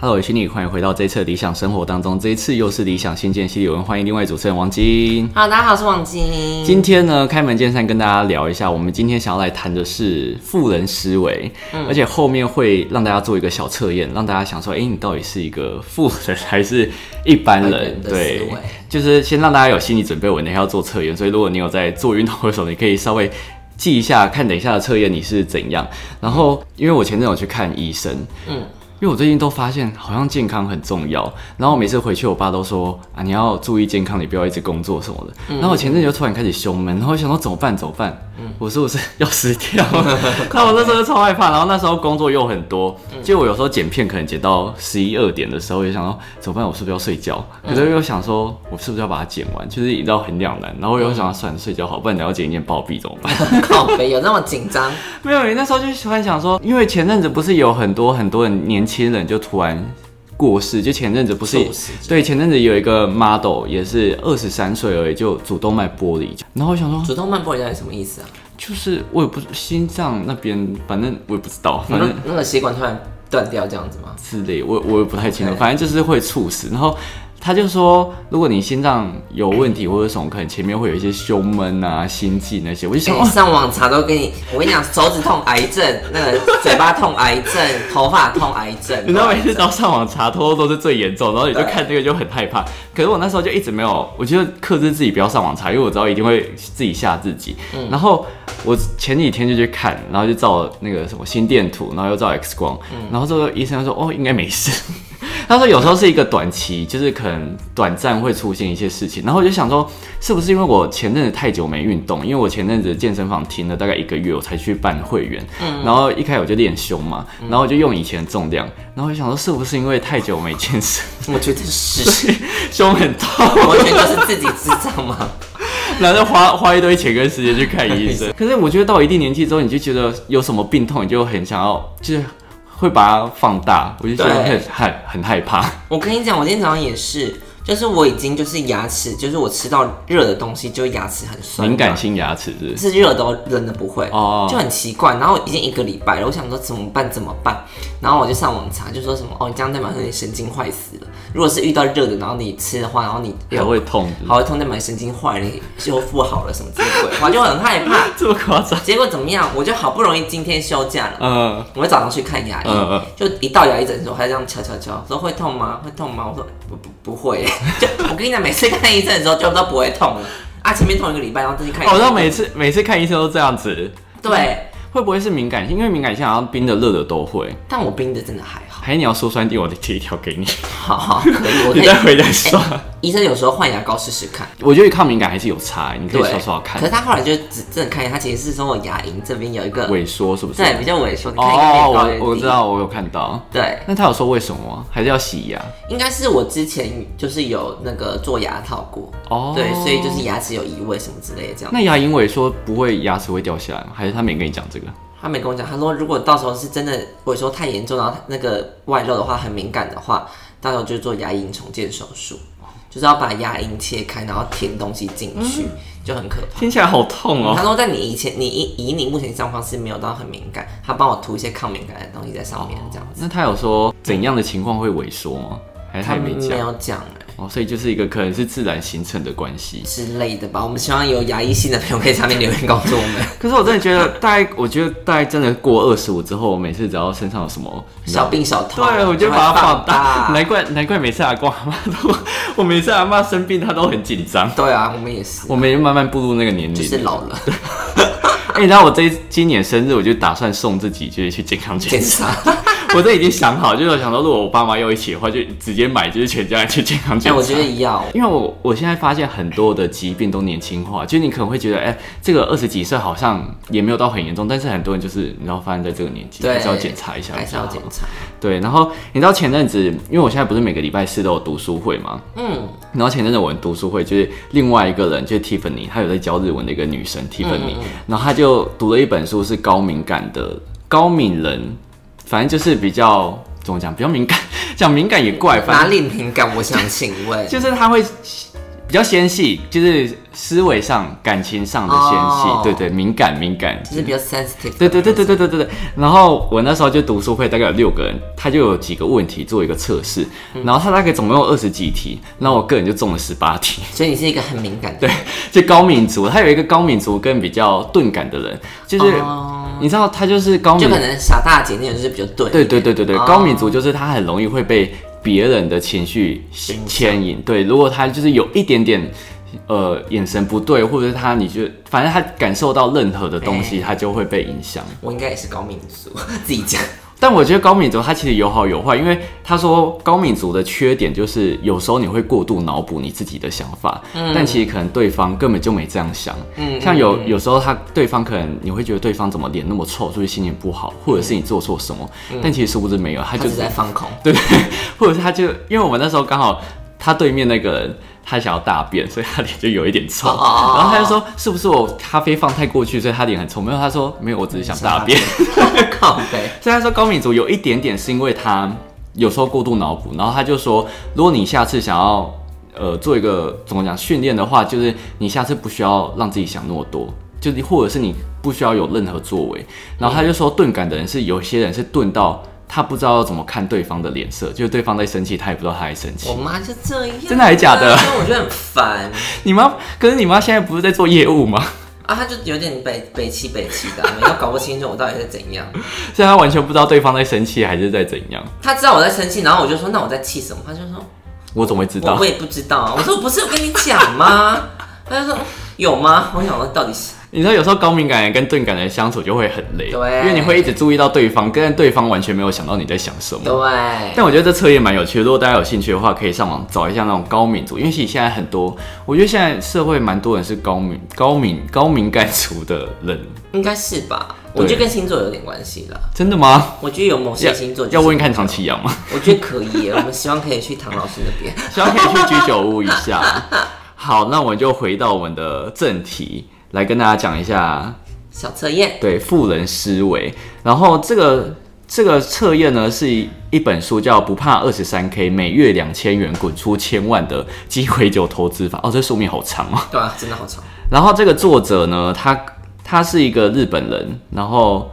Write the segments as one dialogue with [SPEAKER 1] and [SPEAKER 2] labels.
[SPEAKER 1] Hello，我是你，欢迎回到这一次的理想生活当中。这一次又是理想新建系列文，欢迎另外主持人王晶。
[SPEAKER 2] 好，大家好，我是王晶。
[SPEAKER 1] 今天呢，开门见山跟大家聊一下，我们今天想要来谈的是富人思维，
[SPEAKER 2] 嗯
[SPEAKER 1] 而且后面会让大家做一个小测验，让大家想说，诶，你到底是一个富人还是一般
[SPEAKER 2] 一般
[SPEAKER 1] 人
[SPEAKER 2] 人？的
[SPEAKER 1] 对
[SPEAKER 2] 思维，
[SPEAKER 1] 就是先让大家有心理准备，我等一下要做测验，所以如果你有在做运动的时候，你可以稍微。记一下，看等一下的测验你是怎样。然后，因为我前阵有去看医生，
[SPEAKER 2] 嗯，
[SPEAKER 1] 因为我最近都发现好像健康很重要，然后我每次回去，我爸都说啊，你要注意健康，你不要一直工作什么的。然后我前阵子就突然开始胸闷，然后我想说怎么办？怎么办？我说我是要失掉了，那我那时候就超害怕，然后那时候工作又很多，结果我有时候剪片可能剪到十一二点的时候，我就想说怎么办？我是不是要睡觉？可是又想说我是不是要把它剪完？就是你知道很两难，然后我又想算了睡觉好，不然你要剪一剪暴毙怎么办？
[SPEAKER 2] 靠北有那么紧张？
[SPEAKER 1] 没有，那时候就突然想说，因为前阵子不是有很多很多人年轻人就突然过世，就前阵子不是
[SPEAKER 2] 猝死
[SPEAKER 1] 对，前阵子有一个 model 也是二十三岁而已，就主动脉剥离，然后我想说，
[SPEAKER 2] 主动脉剥离到底什么意思啊？
[SPEAKER 1] 就是我也不心脏那边，反正我也不知道，
[SPEAKER 2] 你
[SPEAKER 1] 反正
[SPEAKER 2] 们那个血管突然断掉这样子吗？
[SPEAKER 1] 之类，我我也不太清楚，
[SPEAKER 2] OK
[SPEAKER 1] 反正就是会猝死。然后他就说，如果你心脏有问题或者什么，可能前面会有一些胸闷啊、心悸那些，我就想，
[SPEAKER 2] 哎
[SPEAKER 1] 哦
[SPEAKER 2] 你，上网查都给你，我跟你讲，手指痛癌症， 那个嘴巴痛癌 症，头发痛癌症，
[SPEAKER 1] 你知道每次到上网查，偷偷都是最严重，然后你就看这个就很害怕。可是我那时候就一直没有，我就克制自己不要上网查，因为我知道一定会自己吓自己。然后我前几天就去看，然后就照那个什么心电图，然后又照 X 光，然后这个医生就说哦应该没事。他说有时候是一个短期，就是可能短暂会出现一些事情，然后我就想说，是不是因为我前阵子太久没运动？因为我前阵子健身房停了大概一个月，我才去办会员，然后一开始我就练胸嘛，然后我就用以前的重量，然后我就想说是不是因为太久没健身，
[SPEAKER 2] 我觉得 是，
[SPEAKER 1] 胸很痛，
[SPEAKER 2] 完全就是自己智障嘛。
[SPEAKER 1] 然后就花花一堆钱跟时间去看医生。可是我觉得到一定年纪之后，你就觉得有什么病痛，你就很想要，就是会把它放大，我就觉得
[SPEAKER 2] 对
[SPEAKER 1] 很很很害怕。
[SPEAKER 2] 我跟你讲，我今天早上也是，就是我已经就是牙齿，就是我吃到热的东西，就牙齿很酸，
[SPEAKER 1] 敏感性牙齿是不是
[SPEAKER 2] 是热的哦，冷的不会，
[SPEAKER 1] 哦
[SPEAKER 2] 就很奇怪。然后已经一个礼拜了，我想说怎么办怎么办？然后我就上网查，就说什么哦，你这样代表说你神经坏死了。如果是遇到热的，然后你吃的话，然后你
[SPEAKER 1] 还会痛，
[SPEAKER 2] 好会痛，代表你神经坏了，你修复好了什么之类的，我就很害怕。
[SPEAKER 1] 这么夸张？
[SPEAKER 2] 结果怎么样？我就好不容易今天休假了，
[SPEAKER 1] 嗯，
[SPEAKER 2] 我早上去看牙医，
[SPEAKER 1] 嗯嗯
[SPEAKER 2] 就一到牙医诊所，他就这样敲敲敲，说会痛吗？会痛吗？我说不不不会， 就我跟你讲，每次看医生的时候就都不会痛了。啊，前面痛一个礼拜，然后再去看医生，
[SPEAKER 1] 好像哦每次每次看医生都这样子，
[SPEAKER 2] 对，
[SPEAKER 1] 会不会是敏感性？因为敏感性好像冰的、热的都会。
[SPEAKER 2] 但我冰的真的还 好。
[SPEAKER 1] 还是你要说酸定，我得贴一条给你，
[SPEAKER 2] 好好，可以， 我可
[SPEAKER 1] 你
[SPEAKER 2] 以。哎
[SPEAKER 1] 再回来刷。
[SPEAKER 2] 医生有时候换牙膏试试看，
[SPEAKER 1] 我觉得抗敏感还是有差、你可以
[SPEAKER 2] 对，
[SPEAKER 1] 刷刷看
[SPEAKER 2] 可是，他后来就只真的看一下，他其实是说我牙龈这边有一个，
[SPEAKER 1] 萎缩是不是？
[SPEAKER 2] 对，比较萎缩。你看一个
[SPEAKER 1] 哦，
[SPEAKER 2] 面高原
[SPEAKER 1] 我我知。道，我有看到。
[SPEAKER 2] 对，
[SPEAKER 1] 那他有说为什么吗？还是要洗牙？
[SPEAKER 2] 应该是我之前就是有那个做牙套过，
[SPEAKER 1] 哦，
[SPEAKER 2] 对，所以就是牙齿有移位什么之类的这样。
[SPEAKER 1] 那牙龈萎缩不会牙齿会掉下来吗？还是他没跟你讲这个？
[SPEAKER 2] 他没跟我讲，他说如果到时候是真的萎缩太严重，然后那个外露的话很敏感的话，到时候就做牙龈重建手术，就是要把牙龈切开，然后填东西进去，
[SPEAKER 1] 嗯
[SPEAKER 2] 就很可怕。
[SPEAKER 1] 听起来好痛哦
[SPEAKER 2] 他。说，在你以前，你以以你目前状况是没有到很敏感，他帮我涂一些抗敏感的东西在上面，这样子。
[SPEAKER 1] 那他有说怎样的情况会萎缩吗？还是他也没
[SPEAKER 2] 没
[SPEAKER 1] 讲？
[SPEAKER 2] 有讲欸
[SPEAKER 1] 哦，所以就是一个可能是自然形成的关系。
[SPEAKER 2] 之类的吧。我们希望有牙医系的朋友可以在下面留言告诉我们。
[SPEAKER 1] 可是我真的觉得，大概我觉得大概真的过二十五之后，我每次只要身上有什么，
[SPEAKER 2] 小病小 痛，
[SPEAKER 1] 对我就把它放大，
[SPEAKER 2] 大。
[SPEAKER 1] 难怪难怪每次阿公阿妈都，我每次阿妈生病，她都很紧张。
[SPEAKER 2] 对啊，我们也是，
[SPEAKER 1] 我们也慢慢步入那个年龄，
[SPEAKER 2] 就是老了，
[SPEAKER 1] 哎、然后我这一今年生日，我就打算送自己就是去健康 检
[SPEAKER 2] 检
[SPEAKER 1] 查。
[SPEAKER 2] 查。
[SPEAKER 1] 我这已经想好，就是我想说，如果我爸妈要一起的话，就直接买，就是全家人去健康检
[SPEAKER 2] 哎，
[SPEAKER 1] 查。
[SPEAKER 2] 我觉得要，
[SPEAKER 1] 因为我我现在发现很多的疾病都年轻化，就你可能会觉得，哎、这个二十几岁好像也没有到很严重，但是很多人就是你知道，发现在这个年纪
[SPEAKER 2] 对
[SPEAKER 1] 还是要检查一下，
[SPEAKER 2] 还是要检查。
[SPEAKER 1] 对。然后你知道前阵子，因为我现在不是每个礼拜四都有读书会嘛，
[SPEAKER 2] 嗯，
[SPEAKER 1] 然后前阵子我们读书会就是另外一个人，就是 Tiffany，她有在教日文的一个女生 Tiffany，、然后她就读了一本书，是高敏感的高敏人，反正就是比较怎
[SPEAKER 2] 嗯
[SPEAKER 1] 么讲，比较敏感，讲敏感也怪，反正
[SPEAKER 2] 哪里敏感？我想请问，
[SPEAKER 1] 就是他会比较纤细，就是思维上、感情上的纤细
[SPEAKER 2] 哦
[SPEAKER 1] 对对，敏感敏感，
[SPEAKER 2] 就是比较 sensitive。
[SPEAKER 1] 对对对对对对对对。然后我那时候就读书会，大概有六个人，他就有几个问题做一个测试，然后他大概总共有二十几题，然后我个人就中了十八 题，
[SPEAKER 2] 所以你是一个很敏感的
[SPEAKER 1] 对，就高敏族，他有一个高敏族跟比较钝感的人，就是、你知道他就是高
[SPEAKER 2] 哦就
[SPEAKER 1] 敏
[SPEAKER 2] 可能傻大姐那种就是比较钝。
[SPEAKER 1] 对对对对对，
[SPEAKER 2] 哦
[SPEAKER 1] 高敏族就是他很容易会被别人的情绪牵引。对，如果他就是有一点点呃眼神不对，或者是他你就反正他感受到任何的东西，
[SPEAKER 2] 哎
[SPEAKER 1] 他就会被影响。
[SPEAKER 2] 我应该也是高敏族， 自己讲。
[SPEAKER 1] 但我觉得高敏族他其实有好有坏，因为他说高敏族的缺点就是有时候你会过度脑补你自己的想法，但其实可能对方根本就没这样想。
[SPEAKER 2] 嗯
[SPEAKER 1] 像有有时候他对方可能你会觉得对方怎么脸那么臭，所以心情不好，或者是你做错什么，但其实殊不知没有，他
[SPEAKER 2] 嗯他
[SPEAKER 1] 就
[SPEAKER 2] 只是在 放空。
[SPEAKER 1] 对，或者是他就因为我们那时候刚好他对面那个人他想要大便，所以他脸就有一点臭，
[SPEAKER 2] 哦哦哦哦
[SPEAKER 1] 然后他就说是不是我咖啡放太过去，所以他脸很臭？没有，他说没有，我只是想大便。
[SPEAKER 2] 靠背。
[SPEAKER 1] 所以他说高敏族有一点点是因为他有时候过度脑补，然后他就说，如果你下次想要呃做一个怎么讲训练的话，就是你下次不需要让自己想那么多，就是或者是你不需要有任何作为。然后他就说钝感的人是有些人是钝到他不知道要怎么看对方的脸色，就是对方在生气，他也不知道他在生 气
[SPEAKER 2] 我。妈就这样、啊
[SPEAKER 1] 真的还假的
[SPEAKER 2] 所以我觉得很烦
[SPEAKER 1] 你妈，可是你妈现在不是在做业务吗？
[SPEAKER 2] 啊，她就有点北北气北气的、啊，你要搞不清楚我到底是怎样。
[SPEAKER 1] 所以她完全不知道对方在生气还是在怎样。
[SPEAKER 2] 她知道我在生气，然后我就说那我在气什么？她就说
[SPEAKER 1] 我怎么会知
[SPEAKER 2] 我
[SPEAKER 1] 道
[SPEAKER 2] 我？也不知道啊。我说我不是有跟你讲吗？ 她就说有吗？我想说到底是
[SPEAKER 1] 你知道有时候高敏感人跟钝感人相处就会很累，
[SPEAKER 2] 对
[SPEAKER 1] 因为你会一直注意到对方，跟对方完全没有想到你在想什么。
[SPEAKER 2] 对。
[SPEAKER 1] 但我觉得这测验蛮有趣的，如果大家有兴趣的话，可以上网找一下那种高敏族，因为其实现在很多，我觉得现在社会蛮多人是高敏、高敏、高敏感族的人，
[SPEAKER 2] 应该是吧，我
[SPEAKER 1] 对
[SPEAKER 2] 觉得跟星座有点关系啦。
[SPEAKER 1] 真的吗？
[SPEAKER 2] 我觉得有某些星座、就是、
[SPEAKER 1] 要问看唐启 阳吗？
[SPEAKER 2] 我觉得可以耶，我们希望可以去唐老师那 边。
[SPEAKER 1] 希望可以去居酒屋一下。好，那我们就回到我们的正题，来跟大家讲一下
[SPEAKER 2] 小测验，
[SPEAKER 1] 对富人思维。然后这个这个测验呢，是一本书叫《不怕二十三 K，每月两千元滚出千万的鸡尾酒投资法》。哦，这书名好长哦。
[SPEAKER 2] 对啊，真的好长。
[SPEAKER 1] 然后这个作者呢，他他是一个日本人，然后。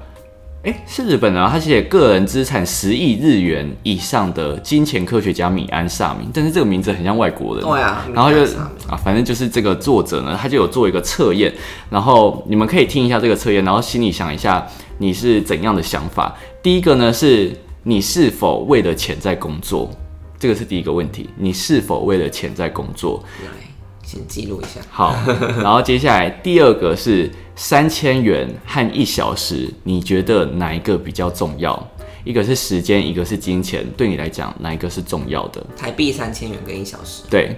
[SPEAKER 1] 诶，是日本人啊，他写个人资产十亿日元以上的金钱科学家米安萨明，但是这个名字很像外国人。
[SPEAKER 2] 对啊，
[SPEAKER 1] 然后就
[SPEAKER 2] 没办法
[SPEAKER 1] 啊，反正就是这个作者呢，他就有做一个测验，然后你们可以听一下这个测验，然后心里想一下你是怎样的想法。第一个呢是你是否为了钱在工作，这个是第一个问题，你是否为了钱在工作？
[SPEAKER 2] 来，先记录一下。
[SPEAKER 1] 好，然后接下来第二个是三千元和一小时，你觉得哪一个比较重要？一个是时间，一个是金钱，对你来讲哪一个是重要的？
[SPEAKER 2] 台币三千元跟一小时，
[SPEAKER 1] 对，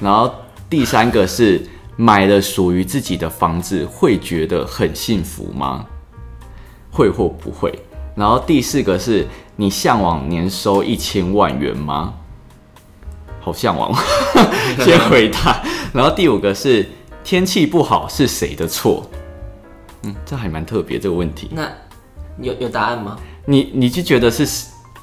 [SPEAKER 1] 然后第三个是买了属于自己的房子，会觉得很幸福吗？会或不会？然后第四个是你向往年收一千万元吗？好向往， 先回答。然后第五个是天气不好是谁的错？嗯，这还蛮特别这个问题。
[SPEAKER 2] 那有有答案吗？
[SPEAKER 1] 你你就觉得是，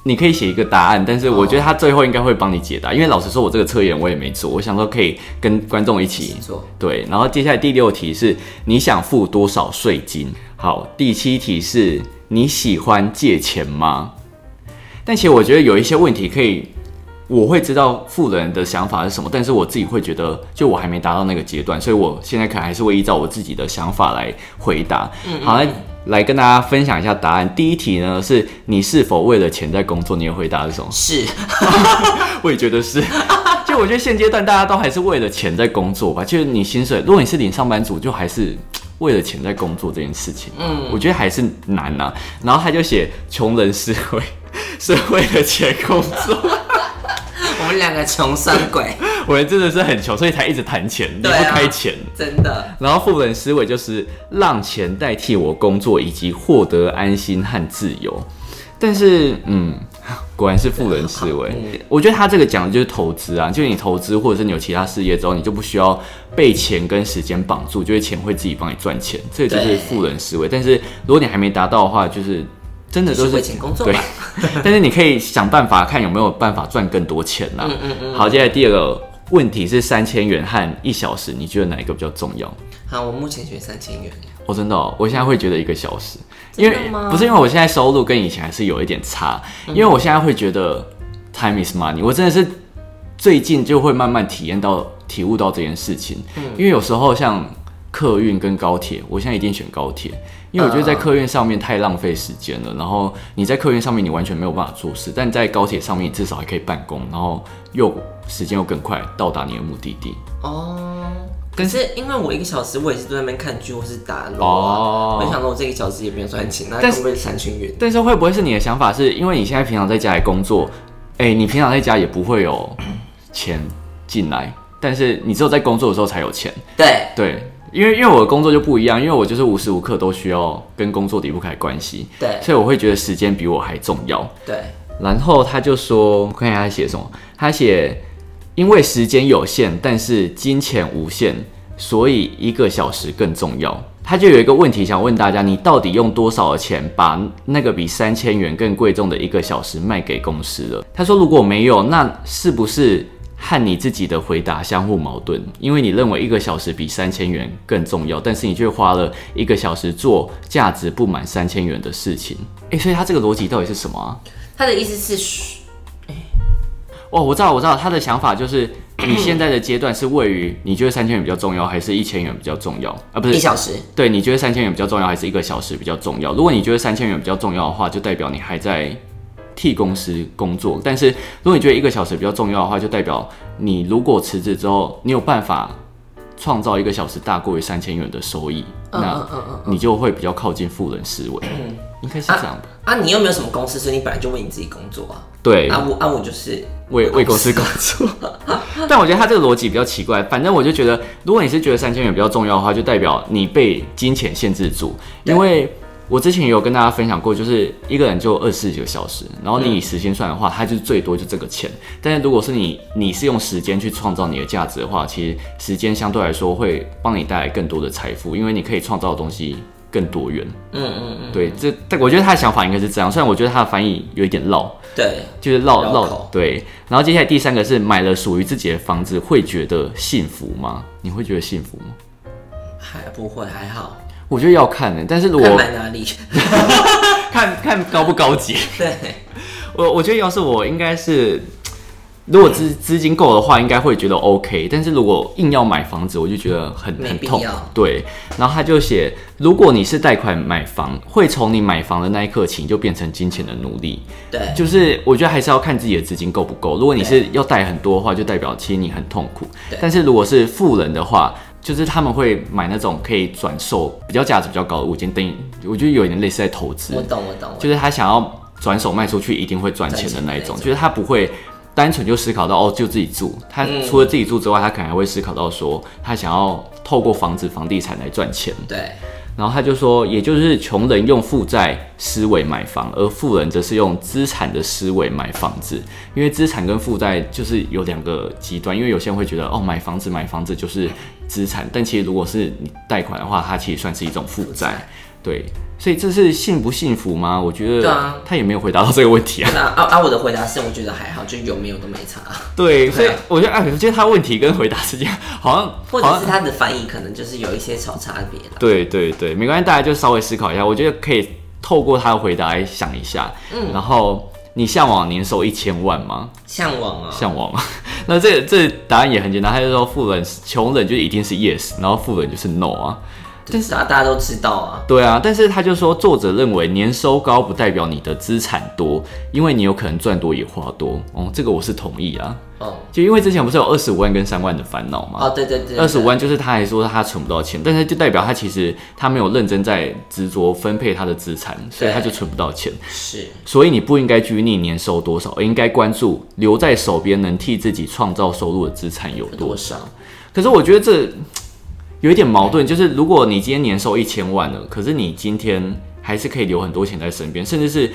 [SPEAKER 1] 你可以写一个答案，但是我觉得他最后应该会帮你解答，因为老实说，我这个测验我也没做，我想说可以跟观众一起
[SPEAKER 2] 做
[SPEAKER 1] 对，然后接下来第六题是你想付多少税金？好，第七题是你喜欢借钱吗？但其实我觉得有一些问题可以，我会知道富人的想法是什么，但是我自己会觉得，就我还没达到那个阶段，所以我现在可能还是会依照我自己的想法来回答。好，来来跟大家分享一下答案。第一题呢是你是否为了钱在工作？你的回答是什么？
[SPEAKER 2] 是，
[SPEAKER 1] 我也觉得是。就我觉得现阶段大家都还是为了钱在工作吧，就是你薪水，如果你是领上班族，就还是为了钱在工作这件事情。嗯，我觉得还是难呐、然后他就写穷人思维 是为了钱工作，
[SPEAKER 2] 我们两个穷酸鬼，
[SPEAKER 1] 我们真的是很穷，所以才一直谈钱，离不
[SPEAKER 2] 对啊
[SPEAKER 1] 开钱。
[SPEAKER 2] 真的。
[SPEAKER 1] 然后富人思维就是让钱代替我工作，以及获得安心和自由。但是，嗯，果然是富人思维
[SPEAKER 2] 嗯。
[SPEAKER 1] 我觉得他这个讲的就是投资啊，就是你投资或者是你有其他事业之后，你就不需要被钱跟时间绑住，就是钱会自己帮你赚钱，这就是
[SPEAKER 2] 对
[SPEAKER 1] 富人思维。但是如果你还没达到的话，就是真的都
[SPEAKER 2] 就是
[SPEAKER 1] 是
[SPEAKER 2] 为钱工作
[SPEAKER 1] 对
[SPEAKER 2] 吧，
[SPEAKER 1] 但是你可以想办法看有没有办法赚更多钱啦、
[SPEAKER 2] 嗯嗯嗯，
[SPEAKER 1] 好，接下来第二个问题是三千元和一小时，你觉得哪一个比较重要？
[SPEAKER 2] 好，我目前选三千元。
[SPEAKER 1] 哦，真的、哦，我现在会觉得一个小时，
[SPEAKER 2] 真
[SPEAKER 1] 因
[SPEAKER 2] 的
[SPEAKER 1] 为
[SPEAKER 2] 吗嗯
[SPEAKER 1] 不是因为我现在收入跟以前还是有一点差，因为我现在会觉得 time is money，我真的是最近就会慢慢体验到、体悟到这件事情。
[SPEAKER 2] 嗯
[SPEAKER 1] 因为有时候像客运跟高铁，我现在一定选高铁，因为我觉得
[SPEAKER 2] 嗯
[SPEAKER 1] 在客运上面太浪费时间了。然后你在客运上面你完全没有办法做事，但在高铁上面你至少还可以办公，然后又时间又更快到达你的目的地。
[SPEAKER 2] 哦，可
[SPEAKER 1] 跟
[SPEAKER 2] 是因为我一个小时我也是坐在那边看剧或是打撸啊，
[SPEAKER 1] 哦
[SPEAKER 2] 没想到我这一个小时也没有赚钱，那
[SPEAKER 1] 但
[SPEAKER 2] 根
[SPEAKER 1] 是
[SPEAKER 2] 本是三千元。
[SPEAKER 1] 但是会不会是你的想法是，因为你现在平常在家里工作，哎、你平常在家也不会有钱进来，但是你只有在工作的时候才有钱，
[SPEAKER 2] 对，
[SPEAKER 1] 对。因为因为我的工作就不一样，因为我就是无时无刻都需要跟工作离不开关系，
[SPEAKER 2] 对
[SPEAKER 1] 所以我会觉得时间比我还重要。
[SPEAKER 2] 对，
[SPEAKER 1] 然后他就说，我看一下他写什么，他写因为时间有限，但是金钱无限，所以一个小时更重要。他就有一个问题想问大家，你到底用多少的钱把那个比三千元更贵重的一个小时卖给公司了？他说如果没有，那是不是和你自己的回答相互矛盾？因为你认为一个小时比三千元更重要，但是你却花了一个小时做价值不满三千元的事情。诶，所以他这个逻辑到底是什么啊？
[SPEAKER 2] 他的意思是，
[SPEAKER 1] 哦，我知道，我知道，他的想法 就是，你现在的阶段是位于你觉得三千元比较重要，还是一千元比较重要？啊，不
[SPEAKER 2] 一
[SPEAKER 1] 是，
[SPEAKER 2] 小时
[SPEAKER 1] 对，你觉得三千元比较重要，还是一个小时比较重要？如果你觉得三千元比较重要的话，就代表你还在替公司工作；但是如果你觉得一个小时比较重要的话，就代表你如果辞职之后，你有办法创造一个小时大过于三千元的收益，
[SPEAKER 2] 嗯
[SPEAKER 1] 那
[SPEAKER 2] 嗯嗯嗯
[SPEAKER 1] 你就会比较靠近富人思维，应该是这样吧？
[SPEAKER 2] 啊，你又没有什么公司，所以你本来就为你自己工作啊。
[SPEAKER 1] 对，
[SPEAKER 2] 啊我啊我就是
[SPEAKER 1] 为为公司工作。但我觉得他这个逻辑比较奇怪。反正我就觉得，如果你是觉得三千元比较重要的话，就代表你被金钱限制住。因为我之前也有跟大家分享过，就是一个人就二十四个小时，然后你以时薪算的话，它就最多就这个钱。但是如果是你你是用时间去创造你的价值的话，其实时间相对来说会帮你带来更多的财富，因为你可以创造的东西更多元。
[SPEAKER 2] 嗯嗯嗯，
[SPEAKER 1] 对，这但我觉得他的想法应该是这样，虽然我觉得他的翻译有一点绕。
[SPEAKER 2] 对，
[SPEAKER 1] 就是绕
[SPEAKER 2] 绕
[SPEAKER 1] 绕
[SPEAKER 2] 口
[SPEAKER 1] 对，然后接下来第三个是买了属于自己的房子，会觉得幸福吗？你会觉得幸福吗？
[SPEAKER 2] 还不会还好，
[SPEAKER 1] 我觉得要看的、但是如
[SPEAKER 2] 看
[SPEAKER 1] 果
[SPEAKER 2] 买哪里。
[SPEAKER 1] 看看高不高级，
[SPEAKER 2] 对，
[SPEAKER 1] 我我觉得要是我应该是，如果资资金够的话，应该会觉得 OK。但是如果硬要买房子，我就觉得很
[SPEAKER 2] 没
[SPEAKER 1] 很
[SPEAKER 2] 必
[SPEAKER 1] 痛
[SPEAKER 2] 要。
[SPEAKER 1] 对，然后他就写，如果你是贷款买房，会从你买房的那一刻起，你就变成金钱的奴隶。
[SPEAKER 2] 对，
[SPEAKER 1] 就是我觉得还是要看自己的资金够不够。如果你是要贷很多的话，就代表其实你很痛苦
[SPEAKER 2] 对。
[SPEAKER 1] 但是如果是富人的话，就是他们会买那种可以转售、比较价值比较高的物件，等于我觉得有点类似在投资
[SPEAKER 2] 我，懂我懂，我
[SPEAKER 1] 就是他想要转手卖出去一定会赚钱的那一
[SPEAKER 2] 赚钱的
[SPEAKER 1] 种，
[SPEAKER 2] 那种
[SPEAKER 1] 就是他不会。单纯就思考到哦，就自己住。他
[SPEAKER 2] 嗯
[SPEAKER 1] 除了自己住之外，他可能还会思考到说，他想要透过房子、房地产来赚钱。
[SPEAKER 2] 对
[SPEAKER 1] 然后他就说，也就是穷人用负债思维买房，而富人则是用资产的思维买房子。因为资产跟负债就是有两个极端，因为有些人会觉得哦，买房子买房子就是资产，但其实如果是你贷款的话，它其实算是一种负债。对，所以这是幸不幸福吗？我觉
[SPEAKER 2] 对啊
[SPEAKER 1] 得他也没有回答到这个问题啊。
[SPEAKER 2] 那啊啊我的回答是我觉得还好，就有没有都没差， 啊
[SPEAKER 1] 对，所以我觉得，哎，我觉得他问题跟回答之间好
[SPEAKER 2] 或
[SPEAKER 1] 像好
[SPEAKER 2] 者
[SPEAKER 1] 像
[SPEAKER 2] 是他的翻译可能就是有一些小差别啦。
[SPEAKER 1] 对对对，没关系，大家就稍微思考一下，我觉得可以透过他的回答来想一下。嗯，然后你向往年收一千万吗？
[SPEAKER 2] 向往啊，
[SPEAKER 1] 向往吗？ 那这这答案也很简单，他就说富人穷人就一定是 yes，然后富人就是 no 啊。
[SPEAKER 2] 但是啊大家都知道啊，
[SPEAKER 1] 对啊，但是他就说作者认为年收高不代表你的资产多，因为你有可能赚多也花多。哦，这个我是同意啊。
[SPEAKER 2] 哦
[SPEAKER 1] 就因为之前不是有二十五万跟三万的烦恼吗？
[SPEAKER 2] 哦对对对，
[SPEAKER 1] 二十五万就是他还说他存不到钱，但是就代表他其实他没有认真在执着分配他的资产，所以他就存不到钱。
[SPEAKER 2] 是
[SPEAKER 1] 所以你不应该拘泥年收多少，而应该关注留在手边能替自己创造收入的资产有多
[SPEAKER 2] 多
[SPEAKER 1] 少。
[SPEAKER 2] 少？
[SPEAKER 1] 可是我觉得这嘖有一点矛盾，就是如果你今天年收一千万了，可是你今天还是可以留很多钱在身边，甚至是。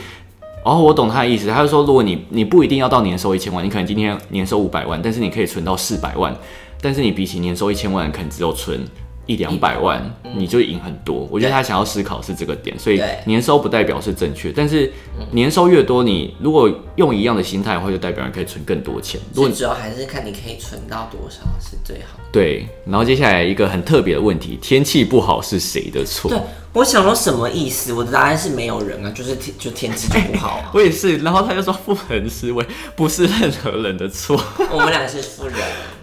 [SPEAKER 1] 哦，我懂他的意思。他就说，如果你你不一定要到年收一千万，你可能今天年收五百万，但是你可以存到四百万，但是你比起年收一千万，可能只有存一两百万，你就赢很多。我觉得他想要思考是这个点，所以
[SPEAKER 2] 对
[SPEAKER 1] 年收不代表是正确，但是年收越多，你如果用一样的心态的话，就代表你可以存更多钱。如
[SPEAKER 2] 最
[SPEAKER 1] 果
[SPEAKER 2] 主要还是看你可以存到多少是最好。
[SPEAKER 1] 对，然后接下来一个很特别的问题，天气不好是谁的错？
[SPEAKER 2] 对，我想说什么意思？我的答案是没有人啊，就是天就天气就不好啊。
[SPEAKER 1] 我也是，然后他就说不能思维不是任何人的 错
[SPEAKER 2] 我们俩是富人，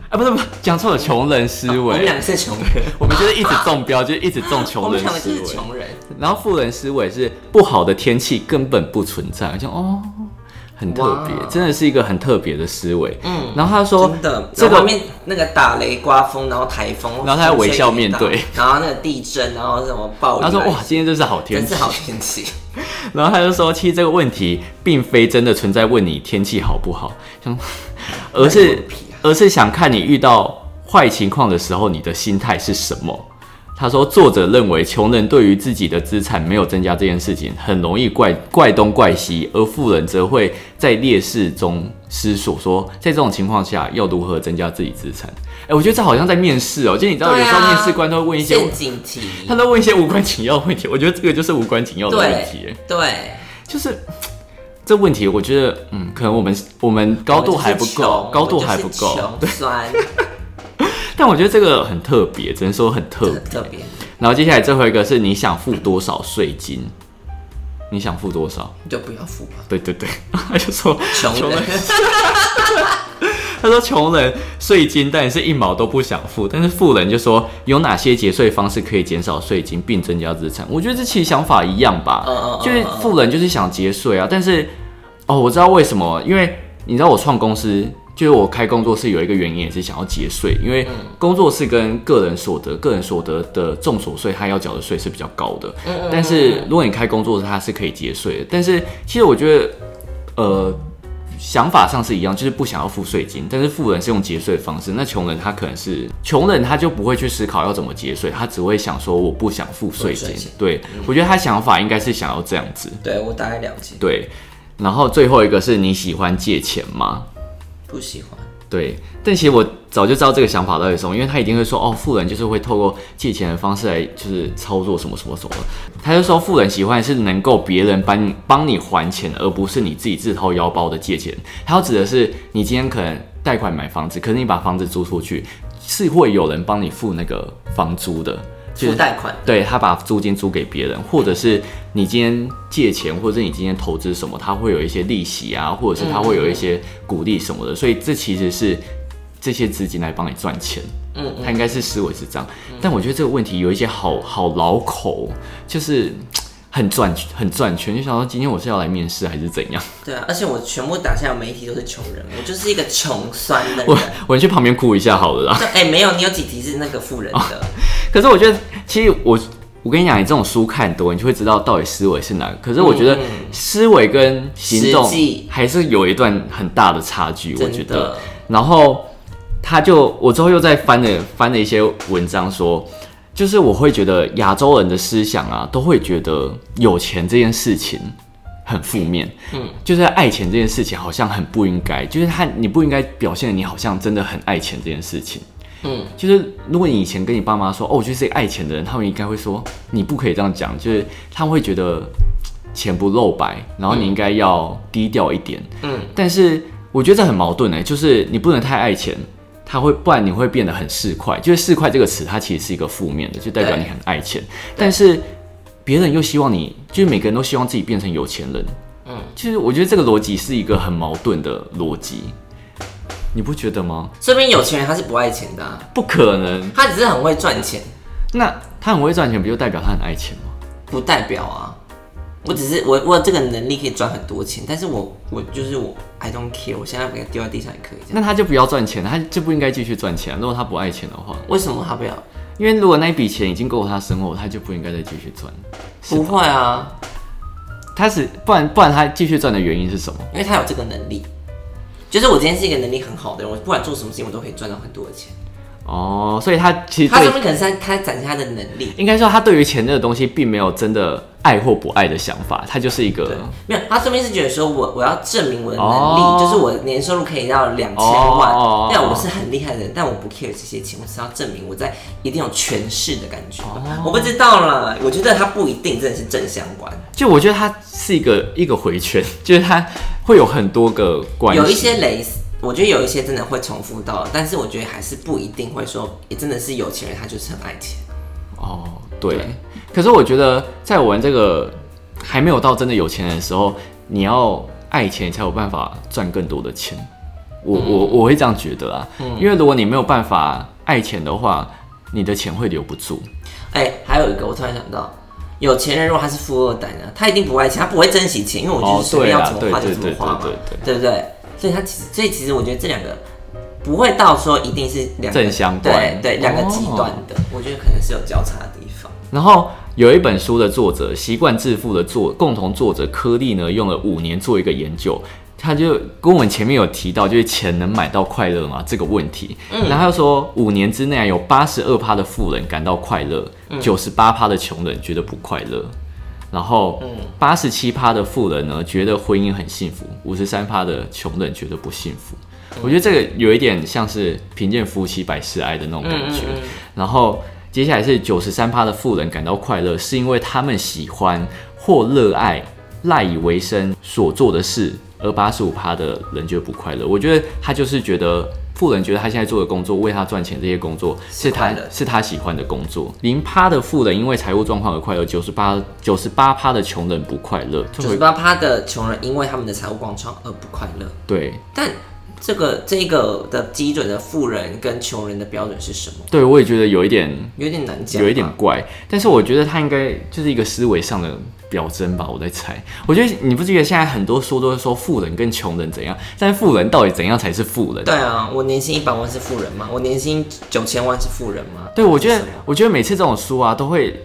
[SPEAKER 1] 啊，不是不是，讲错了，穷人思
[SPEAKER 2] 哦我们
[SPEAKER 1] 维。
[SPEAKER 2] 俩是穷人，
[SPEAKER 1] 我们就是一直中标，就是一直中
[SPEAKER 2] 我
[SPEAKER 1] 穷
[SPEAKER 2] 们
[SPEAKER 1] 人
[SPEAKER 2] 两个就
[SPEAKER 1] 思
[SPEAKER 2] 是
[SPEAKER 1] 维。
[SPEAKER 2] 穷人。
[SPEAKER 1] 然后富人思维是不好的天气根本不存在，就哦，很特别
[SPEAKER 2] 哇，
[SPEAKER 1] 真的是一个很特别的思维。嗯，然后他说
[SPEAKER 2] 真的，
[SPEAKER 1] 这
[SPEAKER 2] 这
[SPEAKER 1] 个
[SPEAKER 2] 个面那个打雷、刮风，然后台风，
[SPEAKER 1] 然后他还微笑面对，
[SPEAKER 2] 然后那个地震，然后什么暴雨，
[SPEAKER 1] 他说哇，，今天真是好天
[SPEAKER 2] 真
[SPEAKER 1] 气
[SPEAKER 2] 是。好天气。
[SPEAKER 1] 然后他就说，其实这个问题并非真的存在问你天气好不 好，想，而
[SPEAKER 2] 问
[SPEAKER 1] 是
[SPEAKER 2] 个屁啊
[SPEAKER 1] 而是想看你遇到坏情况的时候，你的心态是什么。他说，作者认为穷人对于自己的资产没有增加这件事情，很容易怪怪东怪西，而富人则会在劣势中思索说，在这种情况下要如何增加自己资产。哎，我觉得这好像在面试哦，就你知道，有时候
[SPEAKER 2] 对啊
[SPEAKER 1] 面试官都会问一些，
[SPEAKER 2] 陷阱题，
[SPEAKER 1] 他都问一些无关紧要的问题，我 觉得这个就是无关紧要的问题。哎
[SPEAKER 2] 对对，
[SPEAKER 1] 就是这问题，我觉得，嗯，可能我们我们高度还不够，高度还不够，
[SPEAKER 2] 对，酸，
[SPEAKER 1] 但我觉得这个很特别，只能说很特
[SPEAKER 2] 真的
[SPEAKER 1] 别。
[SPEAKER 2] 特别，
[SPEAKER 1] 然后接下来最后一个是你想付多少税金？你想付多少？
[SPEAKER 2] 你就不要付吧，
[SPEAKER 1] 对对 对，他就说
[SPEAKER 2] 穷人，
[SPEAKER 1] 他说穷人税金但是一毛都不想付，但是富人就说有哪些节税方式可以减少税金并增加资产？我觉得这其实想法一样吧，
[SPEAKER 2] 嗯嗯嗯
[SPEAKER 1] 就是富人就是想节税啊，但是哦，我知道为什么，因为你知道我创公司。就是我开工作室有一个原因也是想要节税，因
[SPEAKER 2] 嗯
[SPEAKER 1] 为工作室跟个人所得、个人所得的重所税和要缴的税是比较高的。
[SPEAKER 2] 嗯
[SPEAKER 1] 但是如果你开工作室，它是可以节税的。但是其实我觉得，呃，想法上是一样，就是不想要付税金，但是富人是用节税的方式，那穷人他可能是穷人他就不会去思考要怎么节税，他只会想说我不想付税
[SPEAKER 2] 不
[SPEAKER 1] 金
[SPEAKER 2] 付税金。
[SPEAKER 1] 对，我觉得他想法应该是想要这样子。
[SPEAKER 2] 对我大概了解，
[SPEAKER 1] 对，然后最后一个是你喜欢借钱吗？
[SPEAKER 2] 不喜欢，
[SPEAKER 1] 对，但其实我早就知道这个想法到底是什么，因为他一定会说哦，富人就是会透过借钱的方式来就是操作什么什么什么。他就说富人喜欢的是能够别人帮你帮你还钱，而不是你自己自掏腰包的借钱。他要指的是你今天可能贷款买房子，可是你把房子租出去，是会有人帮你付那个房租的，就
[SPEAKER 2] 付
[SPEAKER 1] 是
[SPEAKER 2] 贷款，
[SPEAKER 1] 对他把租金租给别人，或者是你今天借钱，或者是你今天投资什么，他会有一些利息啊，或者是他会有一些鼓励什么的，所以这其实是这些资金来帮你赚钱。
[SPEAKER 2] 嗯
[SPEAKER 1] 他应该是思维是这样，但我觉得这个问题有一些好好老口，哦就是嘖很转很转圈，就想说今天我是要来面试还是怎样？
[SPEAKER 2] 对啊，而且我全部打下的媒体都是穷人，我就是一个穷酸的
[SPEAKER 1] 我
[SPEAKER 2] 人。
[SPEAKER 1] 我去旁边哭一下好了啦。
[SPEAKER 2] 对，哎、没有，你有几题是那个富人
[SPEAKER 1] 啊
[SPEAKER 2] 的，
[SPEAKER 1] 可是我觉得，其实我我跟你讲，你这种书看多，你就会知道到底思维是哪个。可是我觉得
[SPEAKER 2] 嗯
[SPEAKER 1] 思维跟行动
[SPEAKER 2] 实际
[SPEAKER 1] 还是有一段很大的差距，我觉
[SPEAKER 2] 真
[SPEAKER 1] 得。
[SPEAKER 2] 的，
[SPEAKER 1] 然后他就我之后又在翻了翻了一些文章说。就是我会觉得亚洲人的思想啊，都会觉得有钱这件事情很负面，嗯，就是爱钱这件事情好像很不应该，就是他你不应该表现得你好像真的很爱钱这件事情，
[SPEAKER 2] 嗯，
[SPEAKER 1] 就是如果你以前跟你爸妈说，哦，我就是一个爱钱的人，他们应该会说你不可以这样讲，就是他们会觉得嘖钱不露白，然后你应该要低调一点。
[SPEAKER 2] 嗯，
[SPEAKER 1] 但是我觉得这很矛盾哎，就是你不能太爱钱，他会不然你会变得很市侩，就是市侩这个词它其实是一个负面的，就代表你很爱钱，但是别人又希望你，就是每个人都希望自己变成有钱人。嗯，就是我觉得这个逻辑是一个很矛盾的逻辑，你不觉得吗？
[SPEAKER 2] 这边有钱人他是不爱钱的啊、
[SPEAKER 1] 不可能。
[SPEAKER 2] 他只是很会赚钱，
[SPEAKER 1] 那他很会赚钱，不就代表他很爱钱吗？
[SPEAKER 2] 不代表啊。我只是我我有这个能力可以赚很多钱，但是我我就是我 I don't care，我现在给它丢在地上也可以这样。
[SPEAKER 1] 那他就不要赚钱，他就不应该继续赚钱。如果他不爱钱的话，
[SPEAKER 2] 为什么他不要？
[SPEAKER 1] 因为如果那一笔钱已经够他生活，他就不应该再继续赚。
[SPEAKER 2] 不会啊，
[SPEAKER 1] 他是不然不然他继续赚的原因是什么？
[SPEAKER 2] 因为他有这个能力。就是我今天是一个能力很好的人，我不管做什么事情我都可以赚到很多的钱。
[SPEAKER 1] 哦，所以他其实
[SPEAKER 2] 他
[SPEAKER 1] 对
[SPEAKER 2] 上面可能是在他在展现他的能力，
[SPEAKER 1] 应该说他对于钱这个东西并没有真的爱或不爱的想法，他就是一个
[SPEAKER 2] 没有，他这边是觉得说我我要证明我的能力，
[SPEAKER 1] 哦
[SPEAKER 2] 就是我的年收入可以到两千
[SPEAKER 1] 哦哦哦
[SPEAKER 2] 万，但我是很厉害的人，但我不 care 这些钱，我只要证明我在一定有权势的感觉。
[SPEAKER 1] 哦
[SPEAKER 2] 我不知道啦，我觉得他不一定真的是正相关，
[SPEAKER 1] 就我觉得它是一个一个回圈，就是它会有很多个关系，
[SPEAKER 2] 有一些雷，我觉得有一些真的会重复到，但是我觉得还是不一定会说，也真的是有钱人他就是很爱钱。
[SPEAKER 1] 哦，对
[SPEAKER 2] 对。
[SPEAKER 1] 可是我觉得，在我们这个还没有到真的有钱人的时候，你要爱钱，你才有办法赚更多的钱。我、我我会这样觉得啊，因为如果你没有办法爱钱的话，你的钱会留不住。
[SPEAKER 2] 哎、还有一个我突然想到，有钱人如果他是富二代呢，他一定不爱钱，他不会珍惜钱，因为我就是随便要怎么花就怎么花嘛
[SPEAKER 1] 哦，
[SPEAKER 2] 对不对？所以他其实，所以其实我觉得这两个不会到说一定是两个
[SPEAKER 1] 正相关哦
[SPEAKER 2] 对对，两个极端的，我觉得可能是有交叉的地方。
[SPEAKER 1] 然后有一本书的作者，《习惯致富》的作共同作者柯利呢，用了五年做一个研究。他就跟我们前面有提到，就是钱能买到快乐吗这个问题。然后他就说，五年之内啊有八十二趴的富人感到快乐，九十八趴的穷人觉得不快乐，然后八十七趴的富人呢觉得婚姻很幸福，五十三趴的穷人觉得不幸福。我觉得这个有一点像是贫贱夫妻百事哀的那种感觉。然后接下来是九十三趴的富人感到快乐，是因为他们喜欢或热爱赖以为生所做的事，而八十五趴的人觉得不快乐。我觉得他就是觉得。富人觉得他现在做的工作，为他赚钱这些工作是他
[SPEAKER 2] 快乐
[SPEAKER 1] 是他喜欢的工作。零趴的富人因为财务状况而快乐，九十八九十八趴的穷人不快乐。
[SPEAKER 2] 九十八趴的穷人因为他们的财务光创而不快乐，
[SPEAKER 1] 对
[SPEAKER 2] 但这个这个的基准的富人跟穷人的标准是什么？
[SPEAKER 1] 对，我也觉得有一点
[SPEAKER 2] 有点难讲吧，啊
[SPEAKER 1] 有一点怪，但是我觉得他应该就是一个思维上的表征吧，我在猜。我觉得你不觉得现在很多说都是说富人跟穷人怎样，但是富人到底怎样才是富人？
[SPEAKER 2] 对啊，我年薪一百万是富人吗？我年薪九千万是富人吗？
[SPEAKER 1] 对，我觉得
[SPEAKER 2] 是什么
[SPEAKER 1] 我觉得每次这种书啊都会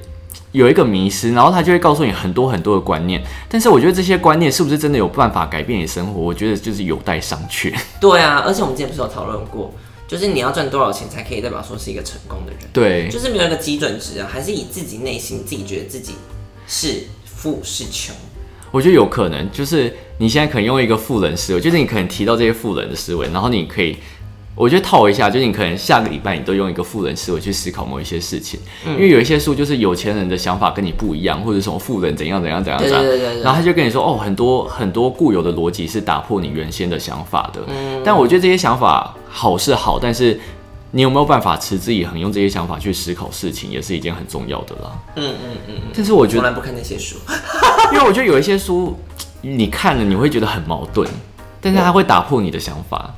[SPEAKER 1] 有一个迷失，然后他就会告诉你很多很多的观念，但是我觉得这些观念是不是真的有办法改变你的生活，我觉得就是有待商榷。
[SPEAKER 2] 对啊，而且我们之前不是有讨论过，就是你要赚多少钱才可以代表说是一个成功的人，
[SPEAKER 1] 对，
[SPEAKER 2] 就是没有一个基准值啊，还是以自己内心自己觉得自己是富是穷。
[SPEAKER 1] 我觉得有可能，就是你现在可能用一个富人思维，就是你可能提到这些富人的思维，然后你可以，我觉得套一下，就是你可能下个礼拜你都用一个富人思维去思考某一些事情，
[SPEAKER 2] 嗯
[SPEAKER 1] 因为有一些书就是有钱人的想法跟你不一样，或者什么富人怎样怎样怎样怎
[SPEAKER 2] 对
[SPEAKER 1] 样，
[SPEAKER 2] 对对对
[SPEAKER 1] 然
[SPEAKER 2] 对，
[SPEAKER 1] 后他就跟你说，哦，很多很多固有的逻辑是打破你原先的想法的。
[SPEAKER 2] 嗯
[SPEAKER 1] 但我觉得这些想法好是好，但是你有没有办法持之以恒，用这些想法去思考事情，也是一件很重要的啦。
[SPEAKER 2] 嗯嗯嗯，
[SPEAKER 1] 但是我觉
[SPEAKER 2] 从
[SPEAKER 1] 得。
[SPEAKER 2] 来不看那些书。
[SPEAKER 1] 因为我觉得有一些书，你看了你会觉得很矛盾，但是它会打破你的想法。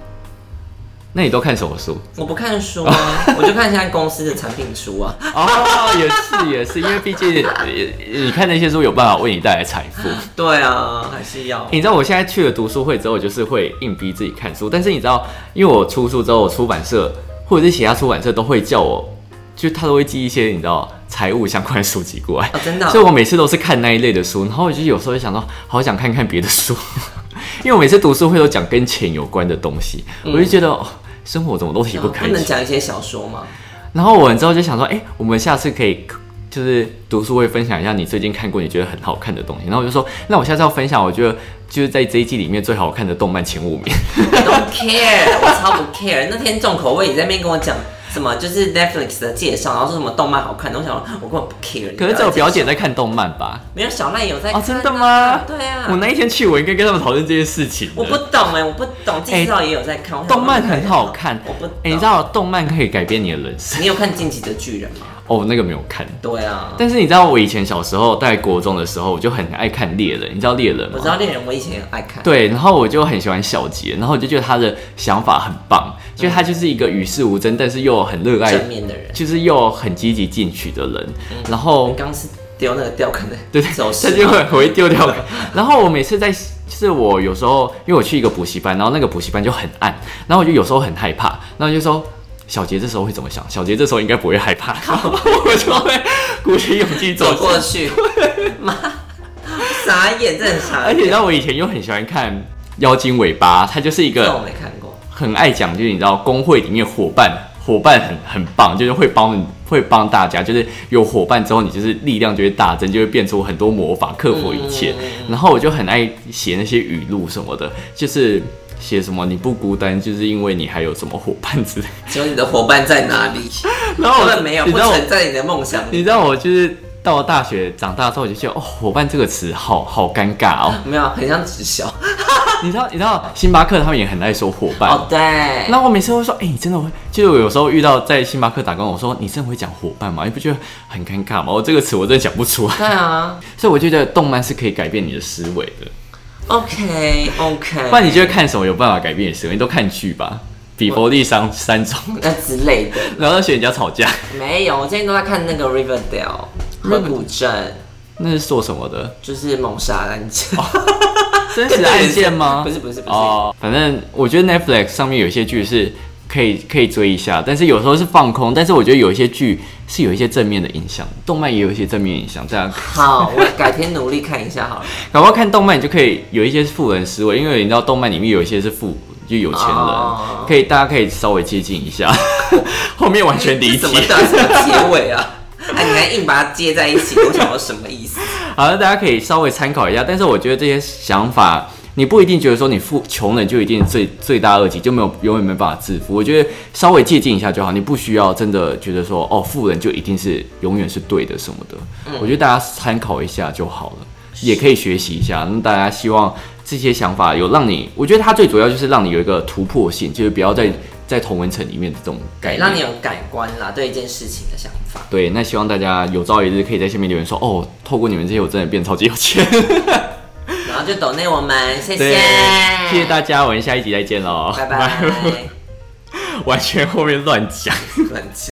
[SPEAKER 1] 那你都看什么书？
[SPEAKER 2] 我不看书啊， 我就看现在公司的产品书啊。
[SPEAKER 1] 哦，也是也是，因为毕竟 你你看那些书有办法为你带来财富。
[SPEAKER 2] 对啊，还是要。
[SPEAKER 1] 你知道我现在去了读书会之后，我就是会硬逼自己看书，但是你知道，因为我出书之后，我出版社或者是其他出版社都会叫我，就他都会寄一些你知道财务相关的书籍过来。
[SPEAKER 2] 哦，真的啊、
[SPEAKER 1] 所以我每次都是看那一类的书，然后我就有时候会想到，好想看看别的书， 因为我每次读书会都讲跟钱有关的东西，
[SPEAKER 2] 嗯
[SPEAKER 1] 我就觉得、哦、生活怎么都离不
[SPEAKER 2] 不
[SPEAKER 1] 开
[SPEAKER 2] 能
[SPEAKER 1] 钱。
[SPEAKER 2] 讲一些小说吗？
[SPEAKER 1] 然后我之后就想说，哎、我们下次可以就是读书会分享一下你最近看过你觉得很好看的东西。然后我就说，那我下次要分享我觉得就是在这一季里面最好看的动漫前五名。
[SPEAKER 2] don't care，我超不 care。那天重口味也在那边跟我讲什么，就是 Netflix 的介绍，然后说什么动漫好看，我想说我根本不 care。
[SPEAKER 1] 可是只有表姐在看动漫吧？
[SPEAKER 2] 没有小赖有在看、
[SPEAKER 1] 哦，
[SPEAKER 2] 啊
[SPEAKER 1] 真的？吗？
[SPEAKER 2] 对
[SPEAKER 1] 我
[SPEAKER 2] 啊，
[SPEAKER 1] 那一天去，我应该跟他们讨论这件事情的。
[SPEAKER 2] 我不懂哎、我不懂，自己知道也有在看。我想说
[SPEAKER 1] 动漫很好看，
[SPEAKER 2] 我不懂。
[SPEAKER 1] 哎、你知道动漫可以改变你的人生
[SPEAKER 2] 你有看《进击的巨人》吗？
[SPEAKER 1] 哦，那个没有看。
[SPEAKER 2] 对啊，
[SPEAKER 1] 但是你知道我以前小时候在国中的时候，我就很爱看猎人，你知道猎人
[SPEAKER 2] 我
[SPEAKER 1] 吗
[SPEAKER 2] 知？道猎人，我以前也爱看。
[SPEAKER 1] 对，然后我就很喜欢小杰，然后我就觉得他的想法很棒，就是他就是一个与世无争，但是又很热爱
[SPEAKER 2] 嗯正，面的嗯人，
[SPEAKER 1] 就是又很积极进取的人。然后
[SPEAKER 2] 我刚刚是丢那个钓竿的
[SPEAKER 1] 对对，
[SPEAKER 2] 手
[SPEAKER 1] 他
[SPEAKER 2] 势吗，
[SPEAKER 1] 就会会丢掉。 然后我每次在，就是我有时候因为我去一个补习班，然后那个补习班就很暗，然后我就有时候很害怕，然后我就说小杰这时候会怎么想？小杰这时候应该不会害 怕， 然后我就会鼓起勇气走
[SPEAKER 2] 走
[SPEAKER 1] 过
[SPEAKER 2] 过 去，妈，傻眼，真的很傻
[SPEAKER 1] 而且你知
[SPEAKER 2] 眼。
[SPEAKER 1] 道我以前又很喜欢看《妖精尾巴》，它就是一
[SPEAKER 2] 这
[SPEAKER 1] 个
[SPEAKER 2] 我没看过，
[SPEAKER 1] 很爱讲，就是你知道工会里面伙伴伙伴很很棒，就是会帮你会帮大家，就是有伙伴之后，你就是力量就会大增，就会变出很多魔法，克服一
[SPEAKER 2] 嗯
[SPEAKER 1] 切。然后我就很爱写那些语录什么的，就是写什么你不孤单，就是因为你还有什么伙伴 之类的。
[SPEAKER 2] 请问你的伙伴在哪里？
[SPEAKER 1] 然后
[SPEAKER 2] 根
[SPEAKER 1] 我
[SPEAKER 2] 本没有，
[SPEAKER 1] 你
[SPEAKER 2] 不
[SPEAKER 1] 知道我
[SPEAKER 2] 存在你的梦想
[SPEAKER 1] 你
[SPEAKER 2] 里。
[SPEAKER 1] 知道我就是到了大学长大之后，我就觉得哦，伙伴这个词好好尴尬哦。
[SPEAKER 2] 没有，很像直销。
[SPEAKER 1] 你知道，你知道星巴克他们也很爱说伙 伴。
[SPEAKER 2] 哦，对，
[SPEAKER 1] 那我每次会说，哎、你真的会？就是我有时候遇到在星巴克打工，我说你真的会讲伙伴吗？你不觉得很尴尬吗？我哦这个词我真的讲不出来，
[SPEAKER 2] 对啊。
[SPEAKER 1] 所以我觉得动漫是可以改变你的思维的。
[SPEAKER 2] OK
[SPEAKER 1] 不然
[SPEAKER 2] OK，
[SPEAKER 1] 你觉得看什么有办法改变你的思维？你都看剧吧，《比佛利山三种》，
[SPEAKER 2] 那之类的
[SPEAKER 1] 然后要学人家吵架，
[SPEAKER 2] 没有。我最近都在看那个 Riverdale 河谷镇，
[SPEAKER 1] 那是做什么的？
[SPEAKER 2] 就是谋杀案件。
[SPEAKER 1] 哦真实案件吗？
[SPEAKER 2] 不是不是不是
[SPEAKER 1] 哦，反正我觉得 Netflix 上面有一些剧是可以可以追一下，但是有时候是放空，但是我觉得有一些剧是有一些正面的影响，动漫也有一些正面影响，这样
[SPEAKER 2] 好，我改天努力看一 下好了。
[SPEAKER 1] 搞不好看动漫你就可以有一些富人思维，因为你知道动漫里面有一些是富就有钱人，
[SPEAKER 2] 哦
[SPEAKER 1] 可以大家可以稍微接近一 下，后面完全理
[SPEAKER 2] 什么
[SPEAKER 1] 解。
[SPEAKER 2] 段什么结 尾啊？哎，你还硬把它接在一起，我想说什么意思？
[SPEAKER 1] 好像大家可以稍微参考一下，但是我觉得这些想法，你不一定觉得说你富穷人就一定罪罪大恶极，就没有永远没办法致富。我觉得稍微借鉴一下就好，你不需要真的觉得说哦，富人就一定是永远是对的什么的。
[SPEAKER 2] 嗯
[SPEAKER 1] 我觉得大家参考一下就好了，也可以学习一下。那大家希望这些想法有让你，我觉得它最主要就是让你有一个突破性，就是不要在在同文层里面的这种概
[SPEAKER 2] 对，
[SPEAKER 1] 念。
[SPEAKER 2] 让哎你有改观啦，对一件事情的想法。
[SPEAKER 1] 对，那希望大家有朝一日可以在下面留言说哦，透过你们这些我真的变超级有钱。
[SPEAKER 2] 然后就抖内我们，谢
[SPEAKER 1] 对
[SPEAKER 2] 谢，，
[SPEAKER 1] 谢谢大家， 我们下一集再见喽，
[SPEAKER 2] 拜拜。
[SPEAKER 1] 完全后面乱讲。
[SPEAKER 2] 乱讲。